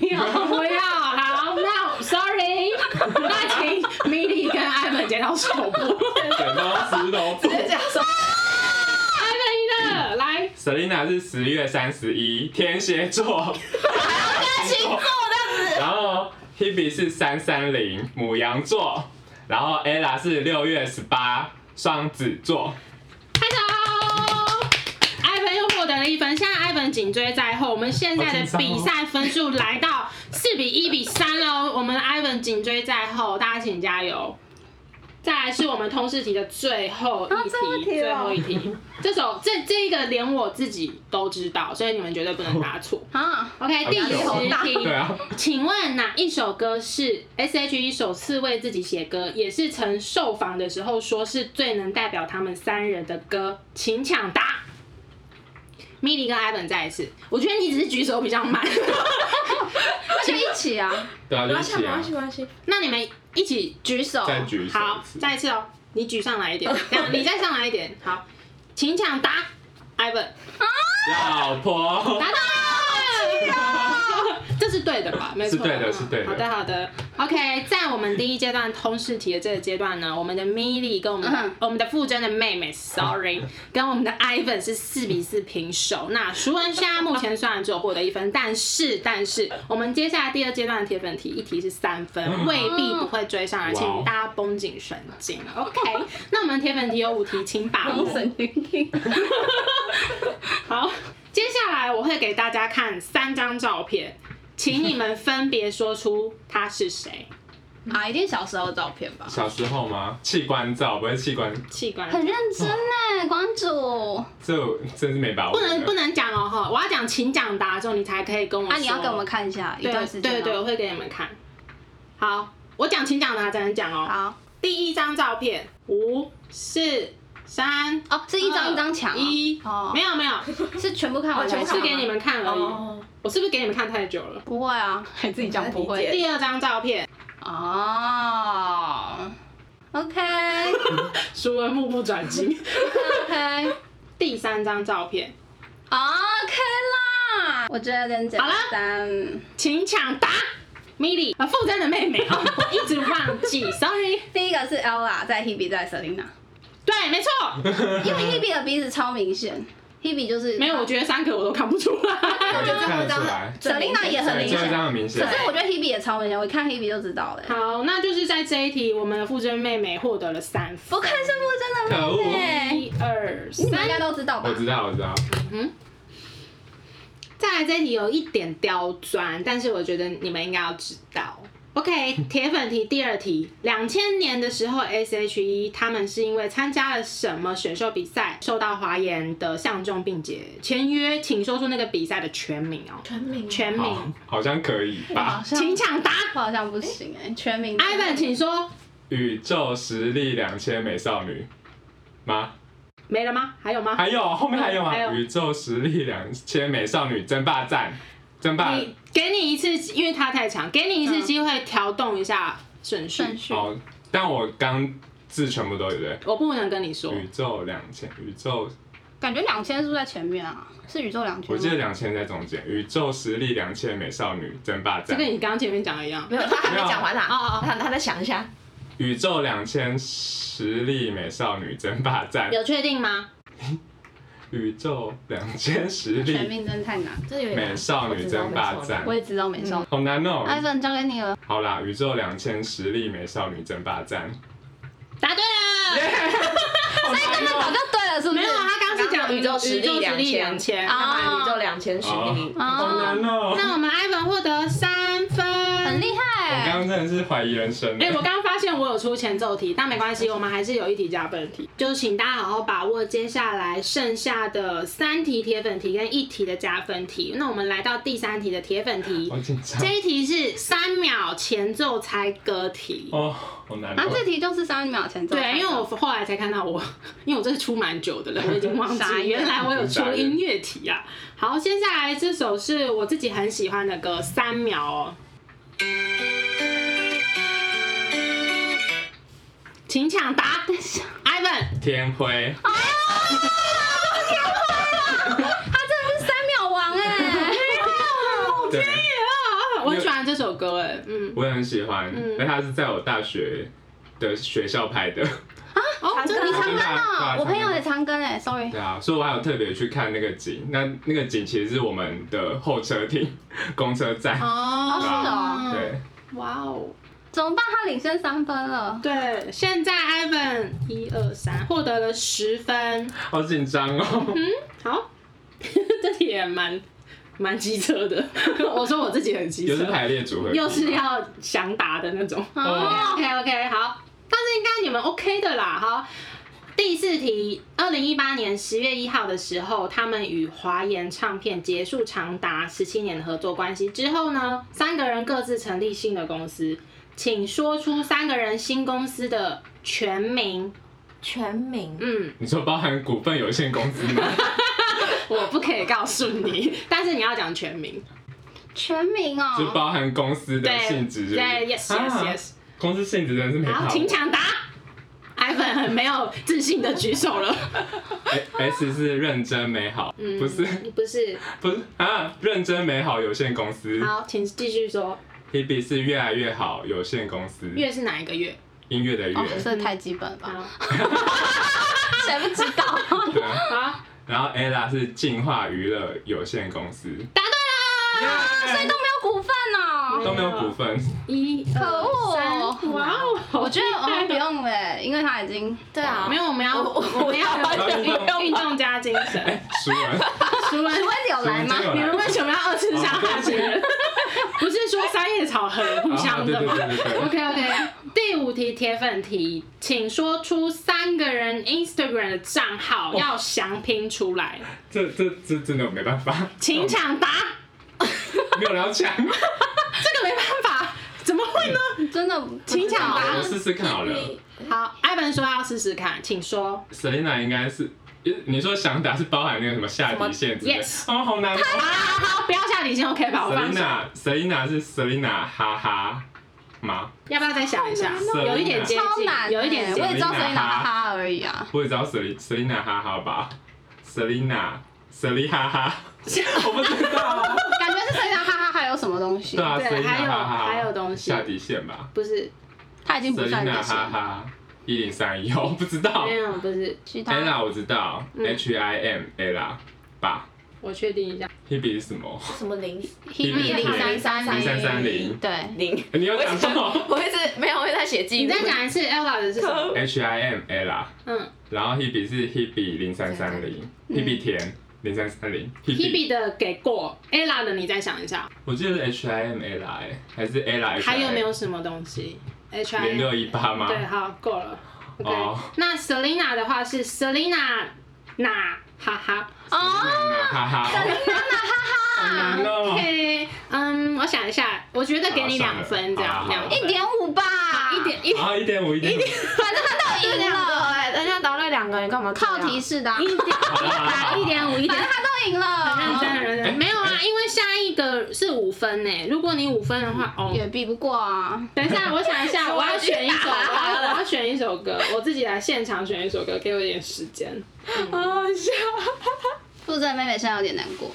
Speaker 2: 不要不要，好，那 sorry，那请米莉跟艾文剪刀手布，
Speaker 3: 剪刀石头布。
Speaker 2: 这样说。艾文赢了，来，
Speaker 3: Selina 是十月三十一，天蝎座，
Speaker 1: 星座的
Speaker 3: 然后 Hebe 是三三零，母羊座，然后 Ella 是六月十八，双子座。
Speaker 2: 拍手。艾文又获得了一分，现在艾文紧追在后。我们现在的比赛分数来到四比一比三喽，我们的艾文紧追在后，大家请加油。再来是我们通识题的最后一题，
Speaker 4: 啊最后一
Speaker 3: 哦
Speaker 4: 题
Speaker 2: 最
Speaker 4: 了
Speaker 2: 后一题。这首这这一个连我自己都知道，所以你们绝对不能答错。
Speaker 1: 啊，
Speaker 2: OK，第
Speaker 3: 压力好
Speaker 1: 大
Speaker 2: 十
Speaker 3: 对
Speaker 2: 题，
Speaker 3: 啊，
Speaker 2: 请问哪一首歌是 S.H.E 首次为自己写歌，也是曾受访的时候说是最能代表他们三人的歌？请抢答。米莉跟艾文再一次，我觉得你只是举手比较慢。
Speaker 1: 那就一起啊，
Speaker 3: 对啊，就一
Speaker 4: 没关系，
Speaker 3: 起
Speaker 4: 没
Speaker 3: 啊
Speaker 4: 关，系，没关系。
Speaker 2: 那你们一起
Speaker 1: 举手。
Speaker 3: 再举手
Speaker 2: 好
Speaker 3: 一，次。
Speaker 2: 再一次哦，你举上来一点，然后你再上来一点，好，请抢答。艾文
Speaker 3: 老婆
Speaker 2: 答，到了，啊这是对的吧？没错，
Speaker 3: 是对的是对的
Speaker 2: 好的，好的。OK，在我们第一阶段通识题的这个阶段呢，我们的 Milly 跟我们的、
Speaker 1: 嗯
Speaker 2: 我们的傅真的妹妹，Sorry，跟我 们的 Ivan 是四比四平手。那熟文现在目前虽然只有获得一分，但是但是我们接下来第二阶段的铁粉题一题是三分，未必不会追上来，
Speaker 3: 嗯哇哦
Speaker 2: 请大家绷紧神经。OK，那我们铁粉题有五题，请把握。
Speaker 4: 经病。
Speaker 2: 好，接下来我会给大家看三张照片，请你们分别说出他是谁。
Speaker 1: 啊，一定小时候的照片吧。
Speaker 3: 小时候吗？器官照不是器官，
Speaker 2: 器官
Speaker 1: 很认真哎，馆主。
Speaker 3: 这真是没把握。
Speaker 2: 不能不能讲哦哈，我要讲请讲答之后，你才可以跟我说。
Speaker 1: 啊，你要给我们看一下一
Speaker 2: 对
Speaker 1: 段时间。哦
Speaker 2: 对对，我。会给你们看。好，我讲请讲答才能讲哦。
Speaker 1: 好，
Speaker 2: 第一张照片，五四三，
Speaker 1: 哦，是一张一张抢啊。
Speaker 2: 一
Speaker 1: 哦，
Speaker 2: 没 有没有，
Speaker 1: 是全部看
Speaker 4: 哦
Speaker 1: 完
Speaker 4: 全
Speaker 1: 才是
Speaker 2: 是
Speaker 4: 部看完
Speaker 2: 给你们看而已。
Speaker 4: 哦，
Speaker 2: 我是不是给你们看太久了？
Speaker 1: 不会啊，还自己讲不
Speaker 4: 理
Speaker 1: 会
Speaker 4: 解。
Speaker 2: 第二张照片，
Speaker 1: 哦，OK
Speaker 2: 舒文目不转睛。
Speaker 1: OK
Speaker 2: 第三张照片，
Speaker 1: OK 啦，我觉得有点简单。
Speaker 2: 请抢答。Milly 啊，傅真的妹妹哦，我一直忘记，sorry。
Speaker 1: 第一个是 Ella，在 Hebe，在 Selina，
Speaker 2: 对，没错，
Speaker 1: 因为 Hebe 的鼻子超明显，Hebe 就是
Speaker 2: 没有，我觉得三个我都看不出来。
Speaker 4: 我觉得最后一
Speaker 3: 看得
Speaker 4: 张
Speaker 3: 出来
Speaker 4: 最明显
Speaker 1: Selina 也很
Speaker 3: 对，
Speaker 1: 明
Speaker 3: 这
Speaker 1: 显
Speaker 3: 张很明显
Speaker 1: 可。是我觉得 Hebe 也超明显，我一看 Hebe 就知道了。
Speaker 2: 好，那就是在这一题，我们的傅真妹妹获得了三分
Speaker 1: 不。愧是不真的
Speaker 3: 可恶
Speaker 1: 妹妹，
Speaker 2: 一二
Speaker 1: 你们应该
Speaker 2: 三，
Speaker 1: 都知道吧
Speaker 3: 我？知道，我知道，
Speaker 2: 再来这一题有一点刁钻，但是我觉得你们应该要知道。OK，铁粉题第二题，两千年的时候，S.H.E 他们是因为参加了什么选秀比赛，受到华研的相中并且签约？请说出那个比赛的全名哦。
Speaker 4: 全名
Speaker 2: 全
Speaker 3: 好
Speaker 2: 名，，
Speaker 3: 好像可以
Speaker 1: 我好
Speaker 3: 吧？
Speaker 1: 像
Speaker 2: 请抢答。
Speaker 1: 我好像不行哎，全名。
Speaker 2: Ivan，请说。
Speaker 3: 宇宙实力两千美少女吗？
Speaker 2: 没了吗？还有吗？
Speaker 3: 还有后面还有吗
Speaker 2: 还有？
Speaker 3: 宇宙实力两千美少女争霸战，争霸
Speaker 2: 你给你一次，因为它太长，给你一次机会调动一下顺序。
Speaker 1: 顺序。
Speaker 3: 哦。但我刚字全部都有对。
Speaker 2: 我不能跟你说，
Speaker 3: 宇宙两千，宇宙，
Speaker 1: 感觉两千是不是在前面啊？是宇宙两千吗？
Speaker 3: 我记得两千在中间。宇宙实力两千美少女争霸
Speaker 2: 这
Speaker 3: 战
Speaker 2: 跟，你刚刚前面讲的一样。
Speaker 4: 没有，他还没讲完
Speaker 2: 没有哦哦
Speaker 4: 啦，他他再想一下。
Speaker 3: 宇宙两千实力美少女争霸战，
Speaker 2: 有确定吗？
Speaker 3: 宇宙两千实
Speaker 1: 全
Speaker 3: 力
Speaker 1: 名真的太难，
Speaker 4: 这有
Speaker 3: 美少女争霸战
Speaker 1: 我，也知道没上。
Speaker 3: 好难哦、
Speaker 1: iPhone 交给你了，
Speaker 3: 好啦，宇宙两千实力美少女争霸战，
Speaker 2: 答对了。
Speaker 3: 好
Speaker 1: 根
Speaker 3: 难
Speaker 1: 本哎早
Speaker 3: 哦、
Speaker 1: 就对了，是不是？
Speaker 2: 没有，啊他刚刚是讲
Speaker 4: 宇宙实力
Speaker 2: 宇宙
Speaker 4: 2000
Speaker 2: 2000
Speaker 1: 啊
Speaker 4: 啊，宇宙两千十
Speaker 3: 哦
Speaker 4: 米，
Speaker 3: 好
Speaker 1: 啊，
Speaker 3: 难哦、
Speaker 2: 那我们 Ivan 获得三分。
Speaker 1: 很厉
Speaker 3: 我刚
Speaker 1: 害。
Speaker 3: 刚真的是怀疑人生。
Speaker 2: 哎、我刚刚发现我有出前奏题，但没关系，我们还是有一题加分题，就请大家好好把握接下来剩下的三题铁粉题跟一题的加分题。那我们来到第三题的铁粉题，
Speaker 3: 好紧张
Speaker 2: 这一题是三秒前奏猜歌题。
Speaker 3: 哦，好难
Speaker 1: 啊，
Speaker 3: 哦、
Speaker 1: 这题就是三秒前奏。
Speaker 2: 对，因为我后来才看到我， 因为我这出蛮久的了，我已经忘
Speaker 1: 傻
Speaker 2: 记
Speaker 1: 眼
Speaker 2: 原来我有出音乐题啊。好，接下来这首是我自己很喜欢的歌，三秒哦。请抢答，Ivan，
Speaker 3: 天灰，
Speaker 2: 哦
Speaker 1: 他真的是三秒王 哎、
Speaker 3: 对，
Speaker 2: 啊我很喜欢这首歌哎，嗯，
Speaker 3: 我也很喜欢，而且它是在我大学的学校拍的，
Speaker 2: 哦，这
Speaker 1: 你
Speaker 2: 你
Speaker 1: 常
Speaker 2: 唱
Speaker 1: 跟
Speaker 3: 对啊对
Speaker 1: 哦
Speaker 3: 啊，
Speaker 1: 我朋友也常跟哎、s o r r y
Speaker 3: 对啊，所以我还有特别去看那个景，那那个景其实是我们的候车厅， 公车站，
Speaker 2: 哦
Speaker 1: 是哦
Speaker 3: 对，
Speaker 2: 哇哦，
Speaker 1: 怎么办？他领先三分了，
Speaker 2: 对，现在 Ivan 一二三获得了十分，
Speaker 3: 好紧张哦，
Speaker 2: 嗯好， 这题也蛮蛮机车的， 我说我自己很机
Speaker 3: 又是
Speaker 2: 车，
Speaker 3: 排列组合，
Speaker 2: 又是要想答的那 种。
Speaker 1: 哦
Speaker 2: OK OK，好，但是应该你们 OK 的啦。好，第四题，二零一八年十月一号的时候，他们与华研唱片结束长达十七年的合作关系之后呢，三个人各自成立新的公司，请说出三个人新公司的全名。
Speaker 4: 全名
Speaker 2: 嗯，
Speaker 3: 你说包含股份有限公司 吗？
Speaker 2: 我不可以告诉你， 但是你要讲全名。
Speaker 1: 全名
Speaker 3: 就
Speaker 1: 哦、
Speaker 3: 包含公司的
Speaker 2: 对，
Speaker 3: 性质，是不是
Speaker 2: 对，yes
Speaker 3: 啊
Speaker 2: yes
Speaker 3: 公司性质真的是没
Speaker 2: yes。
Speaker 3: 考
Speaker 2: 好，
Speaker 3: 过。
Speaker 2: 请抢答。iPhone 很没有自信的举手了。
Speaker 3: 哎 S 是认真美好，
Speaker 2: 嗯
Speaker 3: 不是
Speaker 2: 不是，
Speaker 3: 不是啊，认真美好有限公司
Speaker 2: 好，请继续说。
Speaker 3: ，Hebe 是越来越好有限公司，
Speaker 2: 月是哪一个月？
Speaker 3: 音乐
Speaker 2: 哦
Speaker 3: 的乐，
Speaker 1: 这哦太基本了吧？
Speaker 2: 好，
Speaker 3: 嗯
Speaker 1: 谁不知道？
Speaker 3: 对啊。
Speaker 2: 好，
Speaker 3: 然后 Ella 是进化娱乐有限公司，
Speaker 2: 答对了，
Speaker 1: 所以都没有股份哦、
Speaker 3: 都没有股份，
Speaker 2: 一
Speaker 1: 可恶
Speaker 2: 二三哇哦！
Speaker 1: 我觉得好像不
Speaker 2: 好厉
Speaker 1: 用了、因为他已经
Speaker 4: 对
Speaker 2: 害
Speaker 4: 啊
Speaker 2: 哦没，有，我们要
Speaker 4: 我我
Speaker 2: 我们要有
Speaker 3: 我要
Speaker 2: 运运动加精神。
Speaker 3: 哎输了。
Speaker 2: 除了
Speaker 1: 徐威有来吗？
Speaker 3: 徐威
Speaker 2: 你们为什么要二次伤害别人？不是说三叶草很互相的吗
Speaker 3: 啊对对对对对
Speaker 2: ？OK OK，第五题铁粉题，请说出三个人 Instagram 的账号，要详拼出来，
Speaker 3: 这这这真的没办法，
Speaker 2: 请抢答。
Speaker 3: 没有人要抢，
Speaker 2: 这个没办法，怎么会呢？
Speaker 1: 真的
Speaker 2: 请抢答
Speaker 3: 我试试看好了。
Speaker 2: 好，艾文说要试试看，请说。
Speaker 3: Selina 应该是，你说想打是包含那个什么下底线之类的
Speaker 2: 什
Speaker 3: 哦，好难哦。
Speaker 2: 啊，好，不要下底线，OK 吧？我放下。
Speaker 3: Selina Selina 是 Selina 哈哈吗？
Speaker 2: 要不要再想一下？
Speaker 3: 哦
Speaker 2: 有一点接
Speaker 1: 超
Speaker 2: 近，
Speaker 1: 难、欸
Speaker 2: 有一点
Speaker 1: 我
Speaker 2: 接
Speaker 1: 也
Speaker 2: 近。
Speaker 1: 知道谁拿哈哈而已啊。
Speaker 3: 我也知道 Sel Selina 哈哈吧，Selina Seli 哈哈，我不知道啊。
Speaker 1: 感觉是谁拿哈哈还有什么东西？
Speaker 3: 对啊
Speaker 2: 对
Speaker 3: ，Selina
Speaker 2: 还有
Speaker 3: 哈哈，
Speaker 2: 还有东西
Speaker 3: 下底线吧
Speaker 2: 不是，
Speaker 1: 他已经不算
Speaker 3: ，Selina
Speaker 1: 底
Speaker 3: 哈
Speaker 1: 线了。
Speaker 3: 哈，一零三一，我不知道
Speaker 2: 没有，不是，
Speaker 1: 其他
Speaker 3: ，Ella 我知道，H I M Ella 吧
Speaker 2: 我确定一下。
Speaker 3: ，Hebe 是什么？
Speaker 4: 什么零
Speaker 1: Hebe 零三三
Speaker 3: 零三三零，
Speaker 1: 对，
Speaker 4: 零？
Speaker 3: 你有讲错
Speaker 4: 我一直没有，我一直在写记
Speaker 2: 你
Speaker 4: 录
Speaker 2: 再。讲一次 Ella 的是什么？
Speaker 3: ，H I M Ella，
Speaker 2: 嗯
Speaker 3: 然后 Hebe 是 Hebe 零三三零，Hebe 甜零三三零，Hebe，
Speaker 2: ，Hebe 的给过，Ella 的你再想一下，
Speaker 3: 我记得是 H I M Ella 哎，还是 Ella，
Speaker 2: 还有没有什么东西？H
Speaker 3: 零
Speaker 2: I
Speaker 3: 六一八吗？
Speaker 2: 对，啊好，够了。OK，
Speaker 3: 哦
Speaker 2: 那 Selina 的话是 Selina 哪哈哈。
Speaker 3: 哦，哈哈，难哦
Speaker 2: OK，嗯，我想一下，我觉得给你两分这样，
Speaker 3: 好算
Speaker 2: 两
Speaker 3: 了
Speaker 2: 分
Speaker 1: 一点五吧，
Speaker 2: 一，点一
Speaker 3: 啊，一点五，一点五，
Speaker 1: 反正他都
Speaker 4: 一
Speaker 1: 赢
Speaker 4: 两个
Speaker 1: 了，
Speaker 4: 哎，人家答对两个，你干嘛这样？
Speaker 1: 靠提示的啊，
Speaker 2: 一点
Speaker 3: 好
Speaker 2: 一点五一
Speaker 1: 反
Speaker 2: 点
Speaker 1: 正。他都赢
Speaker 2: 认真
Speaker 1: 了，
Speaker 2: 认
Speaker 3: 哎
Speaker 2: 真，没有啊，因为下一个是五分呢。如果你五分的话，哦，
Speaker 1: 也避不过啊。
Speaker 2: 等一 下，我想一下，我
Speaker 4: 我
Speaker 2: 要
Speaker 4: 要去
Speaker 2: 选一首，
Speaker 4: 打他
Speaker 2: 我
Speaker 4: 了
Speaker 2: 要我要选一首歌，我自己来现场选一首歌，给我一点时间。
Speaker 4: 好笑。
Speaker 1: 傅真妹妹现在有点难过，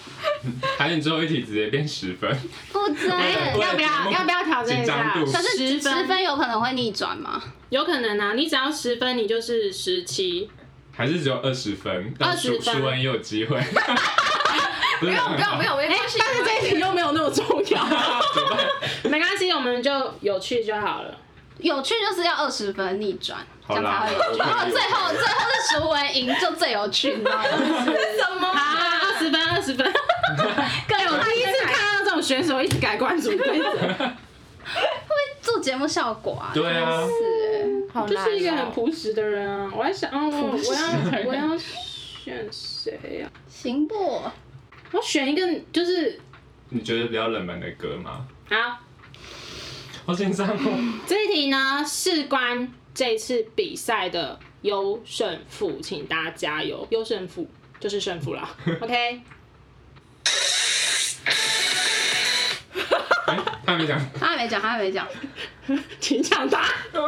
Speaker 3: 还有你最后一题直接变十分，
Speaker 1: 傅真，
Speaker 3: 哎
Speaker 2: 要不要要不要挑战一下
Speaker 3: 紧张？度
Speaker 1: 可是
Speaker 2: 十
Speaker 1: 十
Speaker 2: 分
Speaker 1: 分有可能会逆转吗？
Speaker 2: 有可能啊，你只要十分，你就是十七。
Speaker 3: 还是只有二十分？但
Speaker 2: 20
Speaker 3: 舒
Speaker 2: 分
Speaker 3: 舒恩也有机会。不
Speaker 4: 不
Speaker 3: 用
Speaker 4: 用不用 不用，没关系。
Speaker 1: 哎
Speaker 2: 但是这一哎题又没有那么重要，
Speaker 3: 怎么办？
Speaker 2: 没关系，我们就有趣就好了。
Speaker 1: 有趣就是要二十分逆转，这
Speaker 3: 好
Speaker 1: 样
Speaker 3: 啦
Speaker 1: 才会有趣。
Speaker 3: 我
Speaker 1: 然后
Speaker 3: 可以
Speaker 1: 最后最后是徐文赢就最有趣，你知道 吗？
Speaker 4: 什 么
Speaker 2: 好，二十分，二十分。
Speaker 1: 更有
Speaker 2: 啊 我第一次看到这种选手一直改关注规则，
Speaker 1: 做节目效果啊。
Speaker 3: 对啊，
Speaker 1: 是
Speaker 4: 好
Speaker 2: 就
Speaker 4: 难哦
Speaker 2: 是一个很朴实的人啊。我在想，哦，我我要我要选谁呀、
Speaker 1: 哎行不？
Speaker 2: 我选一个就是
Speaker 3: 你觉得比较冷门的歌吗？
Speaker 2: 好，
Speaker 3: 好紧张哦。
Speaker 2: 这一题呢事关这次比赛的优胜负，请大家加油，优胜负就是胜负 啦。OK，
Speaker 3: 哎他没讲。
Speaker 2: 哦
Speaker 1: 他还没讲，他还没讲。
Speaker 2: 请抢答。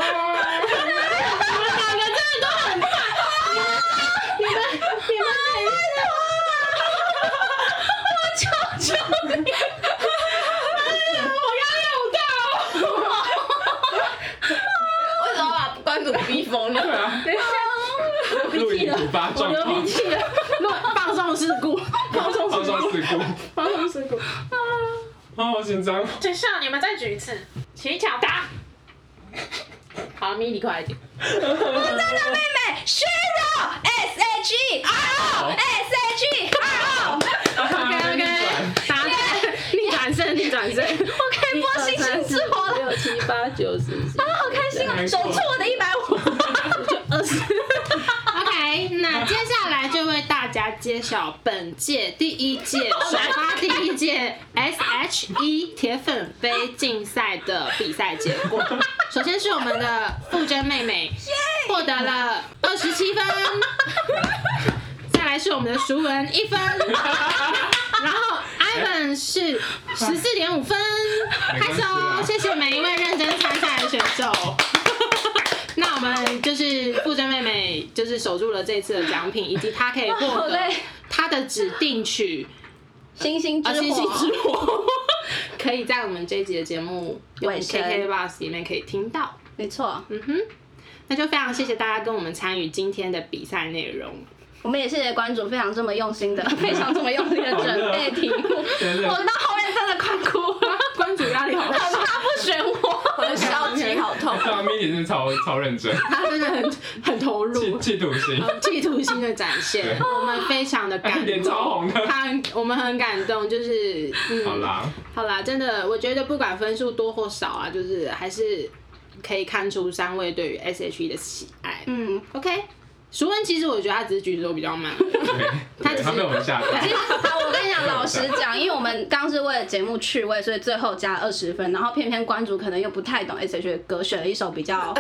Speaker 3: 啊，
Speaker 4: 等一下，
Speaker 3: 录影突发状
Speaker 2: 流
Speaker 3: 况
Speaker 2: 鼻，涕了，放 放松事故，放松
Speaker 3: 放
Speaker 2: 事
Speaker 3: 松
Speaker 2: 故，
Speaker 3: 事故，
Speaker 2: 哦放松事故。
Speaker 3: 啊，好紧张。
Speaker 2: 等一下，你们再举一次，起巧打。 好，米莉快一点。
Speaker 1: 妹妹薛柔 S H E R O S H E R O，
Speaker 2: OK OK，答对， 逆转胜，逆转胜。
Speaker 1: 我可以播星星之火了，
Speaker 2: 六七八九十十
Speaker 1: 啊，好开心啊！守住我的一百五。
Speaker 2: 二十。OK，那接下来就为大家揭晓本届第一届首发第一届 SHE 铁粉杯竞赛的比赛结果。首先是我们的傅真妹妹获得了二十七分， 再来是我们的熟文一分，然后 Ivan 是十四点五分，
Speaker 3: 没
Speaker 2: 拍
Speaker 3: 关系
Speaker 2: 手
Speaker 3: 啦，
Speaker 2: 哦谢谢每一位认真参赛的选手。 那我们就是傅真妹妹，就是守住了这次的奖品，以及她可以获
Speaker 1: 好
Speaker 2: 得
Speaker 1: 累
Speaker 2: 她的指定曲
Speaker 1: 星星
Speaker 2: 《啊
Speaker 1: 之
Speaker 2: 星星
Speaker 1: 火，
Speaker 2: 之火》，可以在我们这一集的节目用
Speaker 1: 尾
Speaker 2: KK
Speaker 1: 声
Speaker 2: Bus 里面可以听到。
Speaker 1: 没错，
Speaker 2: 嗯哼，那就非常谢谢大家跟我们参与今天的比赛内容。
Speaker 1: 我们也谢谢关主非常这么用心的，非常这么用心的准备题目，
Speaker 3: 真
Speaker 1: 我
Speaker 3: 的
Speaker 1: 到后面真的快哭了，
Speaker 2: 关主压力好大，
Speaker 1: 很怕不选我，我的
Speaker 2: 小鸡好
Speaker 1: 痛
Speaker 3: 对啊，Mini 是超超 认真，
Speaker 2: 他真的很很投
Speaker 3: 企
Speaker 2: 入，
Speaker 3: 企图心，
Speaker 2: 企图心的展现，
Speaker 3: 对
Speaker 2: 我们非常的 感
Speaker 3: 脸超
Speaker 2: 动。
Speaker 3: 红的。
Speaker 2: 他很，我们很感动，就是嗯，
Speaker 3: 好啦，
Speaker 2: 好啦，真的，我觉得不管分数多或少啊，就是还是可以看出三位对于 SHE 的喜爱。
Speaker 1: 嗯，
Speaker 2: OK，熟文其实我觉得他只是举手比较慢，
Speaker 3: 对，
Speaker 2: 他只
Speaker 3: 对
Speaker 2: 是
Speaker 3: 他被我们吓到。
Speaker 1: 好， 我跟你讲，老实讲，因为我们刚是为了节目趣味，所以最后加二十分，然后偏偏关主可能又不太懂 S H 的歌，选了一首比 较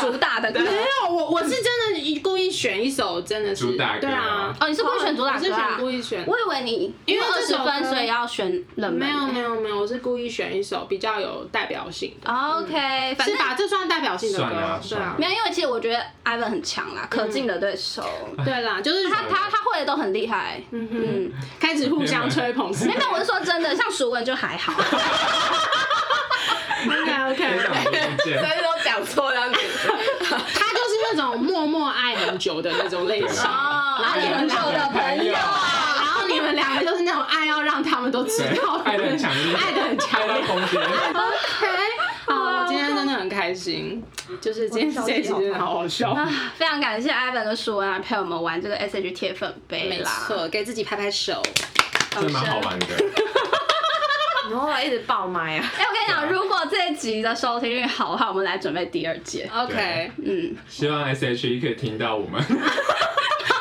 Speaker 1: 主打的歌。
Speaker 2: 没有我我是真的故意选一首，真的是
Speaker 3: 主打歌
Speaker 2: 对啊，
Speaker 1: 哦，你是故意选主打
Speaker 2: 我是
Speaker 1: 歌
Speaker 2: 选
Speaker 1: 啊？
Speaker 2: 故意选，
Speaker 1: 我以为你
Speaker 2: 因为
Speaker 1: 二
Speaker 2: 这
Speaker 1: 十
Speaker 2: 首歌
Speaker 1: 分，所以要选冷门。欸
Speaker 2: 没有没有没有，我是故意选一首比较有代表性
Speaker 1: 啊
Speaker 2: 的，
Speaker 1: OK，反
Speaker 2: 嗯是
Speaker 1: 正
Speaker 2: 吧？这算代表性的歌，
Speaker 3: 算啊
Speaker 2: 对啊
Speaker 3: 算，
Speaker 1: 没有，因为其实我觉得 Ivan 很强啦，可敬的对手，
Speaker 2: 对啦，就是
Speaker 1: 他他他会的都很厉害。
Speaker 2: 嗯哼，
Speaker 1: 嗯，
Speaker 2: 开始互相吹捧，
Speaker 1: 没有，没有我是说真的，像熟文就还 好。
Speaker 2: OK OK，
Speaker 3: 非常不理解，
Speaker 4: 以都讲错了。
Speaker 2: 他就是那种默默爱很久的那种类 型。
Speaker 1: 哦，
Speaker 2: 哪
Speaker 1: 哪
Speaker 2: 里
Speaker 1: 里
Speaker 2: 很
Speaker 1: 很
Speaker 2: 久
Speaker 1: 久
Speaker 2: 的
Speaker 1: 的
Speaker 3: 朋
Speaker 1: 朋
Speaker 3: 友
Speaker 1: 友
Speaker 3: 啊
Speaker 1: 啊？
Speaker 2: 然后你们两个就是那种爱要让他们都知道的，
Speaker 3: 爱的很强烈，
Speaker 2: 爱的很强
Speaker 3: 爱
Speaker 2: 烈
Speaker 3: 到。疯癫。
Speaker 2: OK，好，啊我今天真的很开心，就是今天这一集真的好好 笑。
Speaker 1: 非常感谢 Ivan 跟舒文来陪我们玩这个 S H 铁粉杯
Speaker 2: 没
Speaker 1: 啦，
Speaker 2: 错，给自己拍拍手。
Speaker 3: 真的蛮好玩的。
Speaker 4: 然后一直爆麦啊，
Speaker 1: 哎、我跟你讲，如果这一集的收听率好的话，我们来准备第二届。
Speaker 2: OK，
Speaker 1: 嗯，
Speaker 3: 希望 SHE 可以听到我们。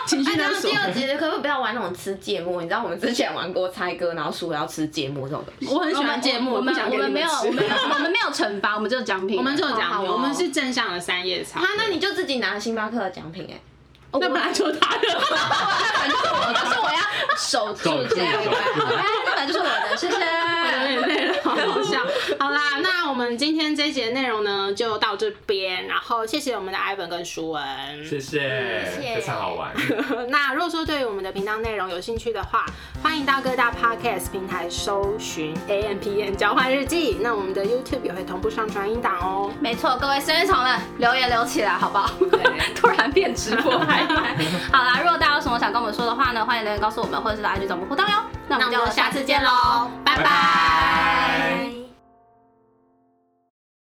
Speaker 2: 情绪
Speaker 4: 哎，
Speaker 2: 勒
Speaker 4: 那
Speaker 2: 索
Speaker 4: 第。二集可不可以不要玩那种吃芥末？你知道我们之前玩过猜歌，然后输了要吃芥末这种东西。
Speaker 2: 我很喜欢节目，
Speaker 1: 我
Speaker 2: 不
Speaker 1: 们
Speaker 2: 想
Speaker 1: 我
Speaker 2: 给你
Speaker 1: 们没有，我
Speaker 2: 吃
Speaker 1: 们没有，我们没有惩罚，我们只有奖品。
Speaker 2: 我们就有奖
Speaker 4: 好
Speaker 2: 品，
Speaker 4: 好
Speaker 2: 我
Speaker 4: 哦
Speaker 2: 们是正向的三叶草
Speaker 4: 啊。，那你就自己拿星巴克的奖品哎、
Speaker 1: 我
Speaker 2: 那本来就他的。
Speaker 1: 那本来就是我的，可是我要守住这一关。
Speaker 3: 守住守住
Speaker 1: 哎那本来就是我的，谢
Speaker 2: 有
Speaker 1: 谢。
Speaker 2: 点累了，好好笑。 好啦，那我们今天这一节内容呢，就到这边。然后谢谢我们的 Ivan 跟舒文，
Speaker 3: 谢谢，
Speaker 4: 谢
Speaker 3: 非常好玩。
Speaker 2: 那如果说对于我们的频道内容有兴趣的话，欢迎到各大 podcast 平台搜寻 A M P N 交换日记。那我们的 YouTube 也会同步上传音档哦。
Speaker 1: 没错，各位生日虫们留言留起来，好不好？ 突然变直播拍卖。好啦，如果大家有什么想跟我们说的话呢，欢迎留言告诉我们，或者是来 IG 找我们互动哟。那我们
Speaker 2: 那我们
Speaker 1: 就
Speaker 2: 就
Speaker 1: 下
Speaker 2: 下
Speaker 1: 次
Speaker 2: 次
Speaker 1: 见
Speaker 2: 见
Speaker 1: 喽
Speaker 2: 喽，，拜拜
Speaker 3: 拜拜。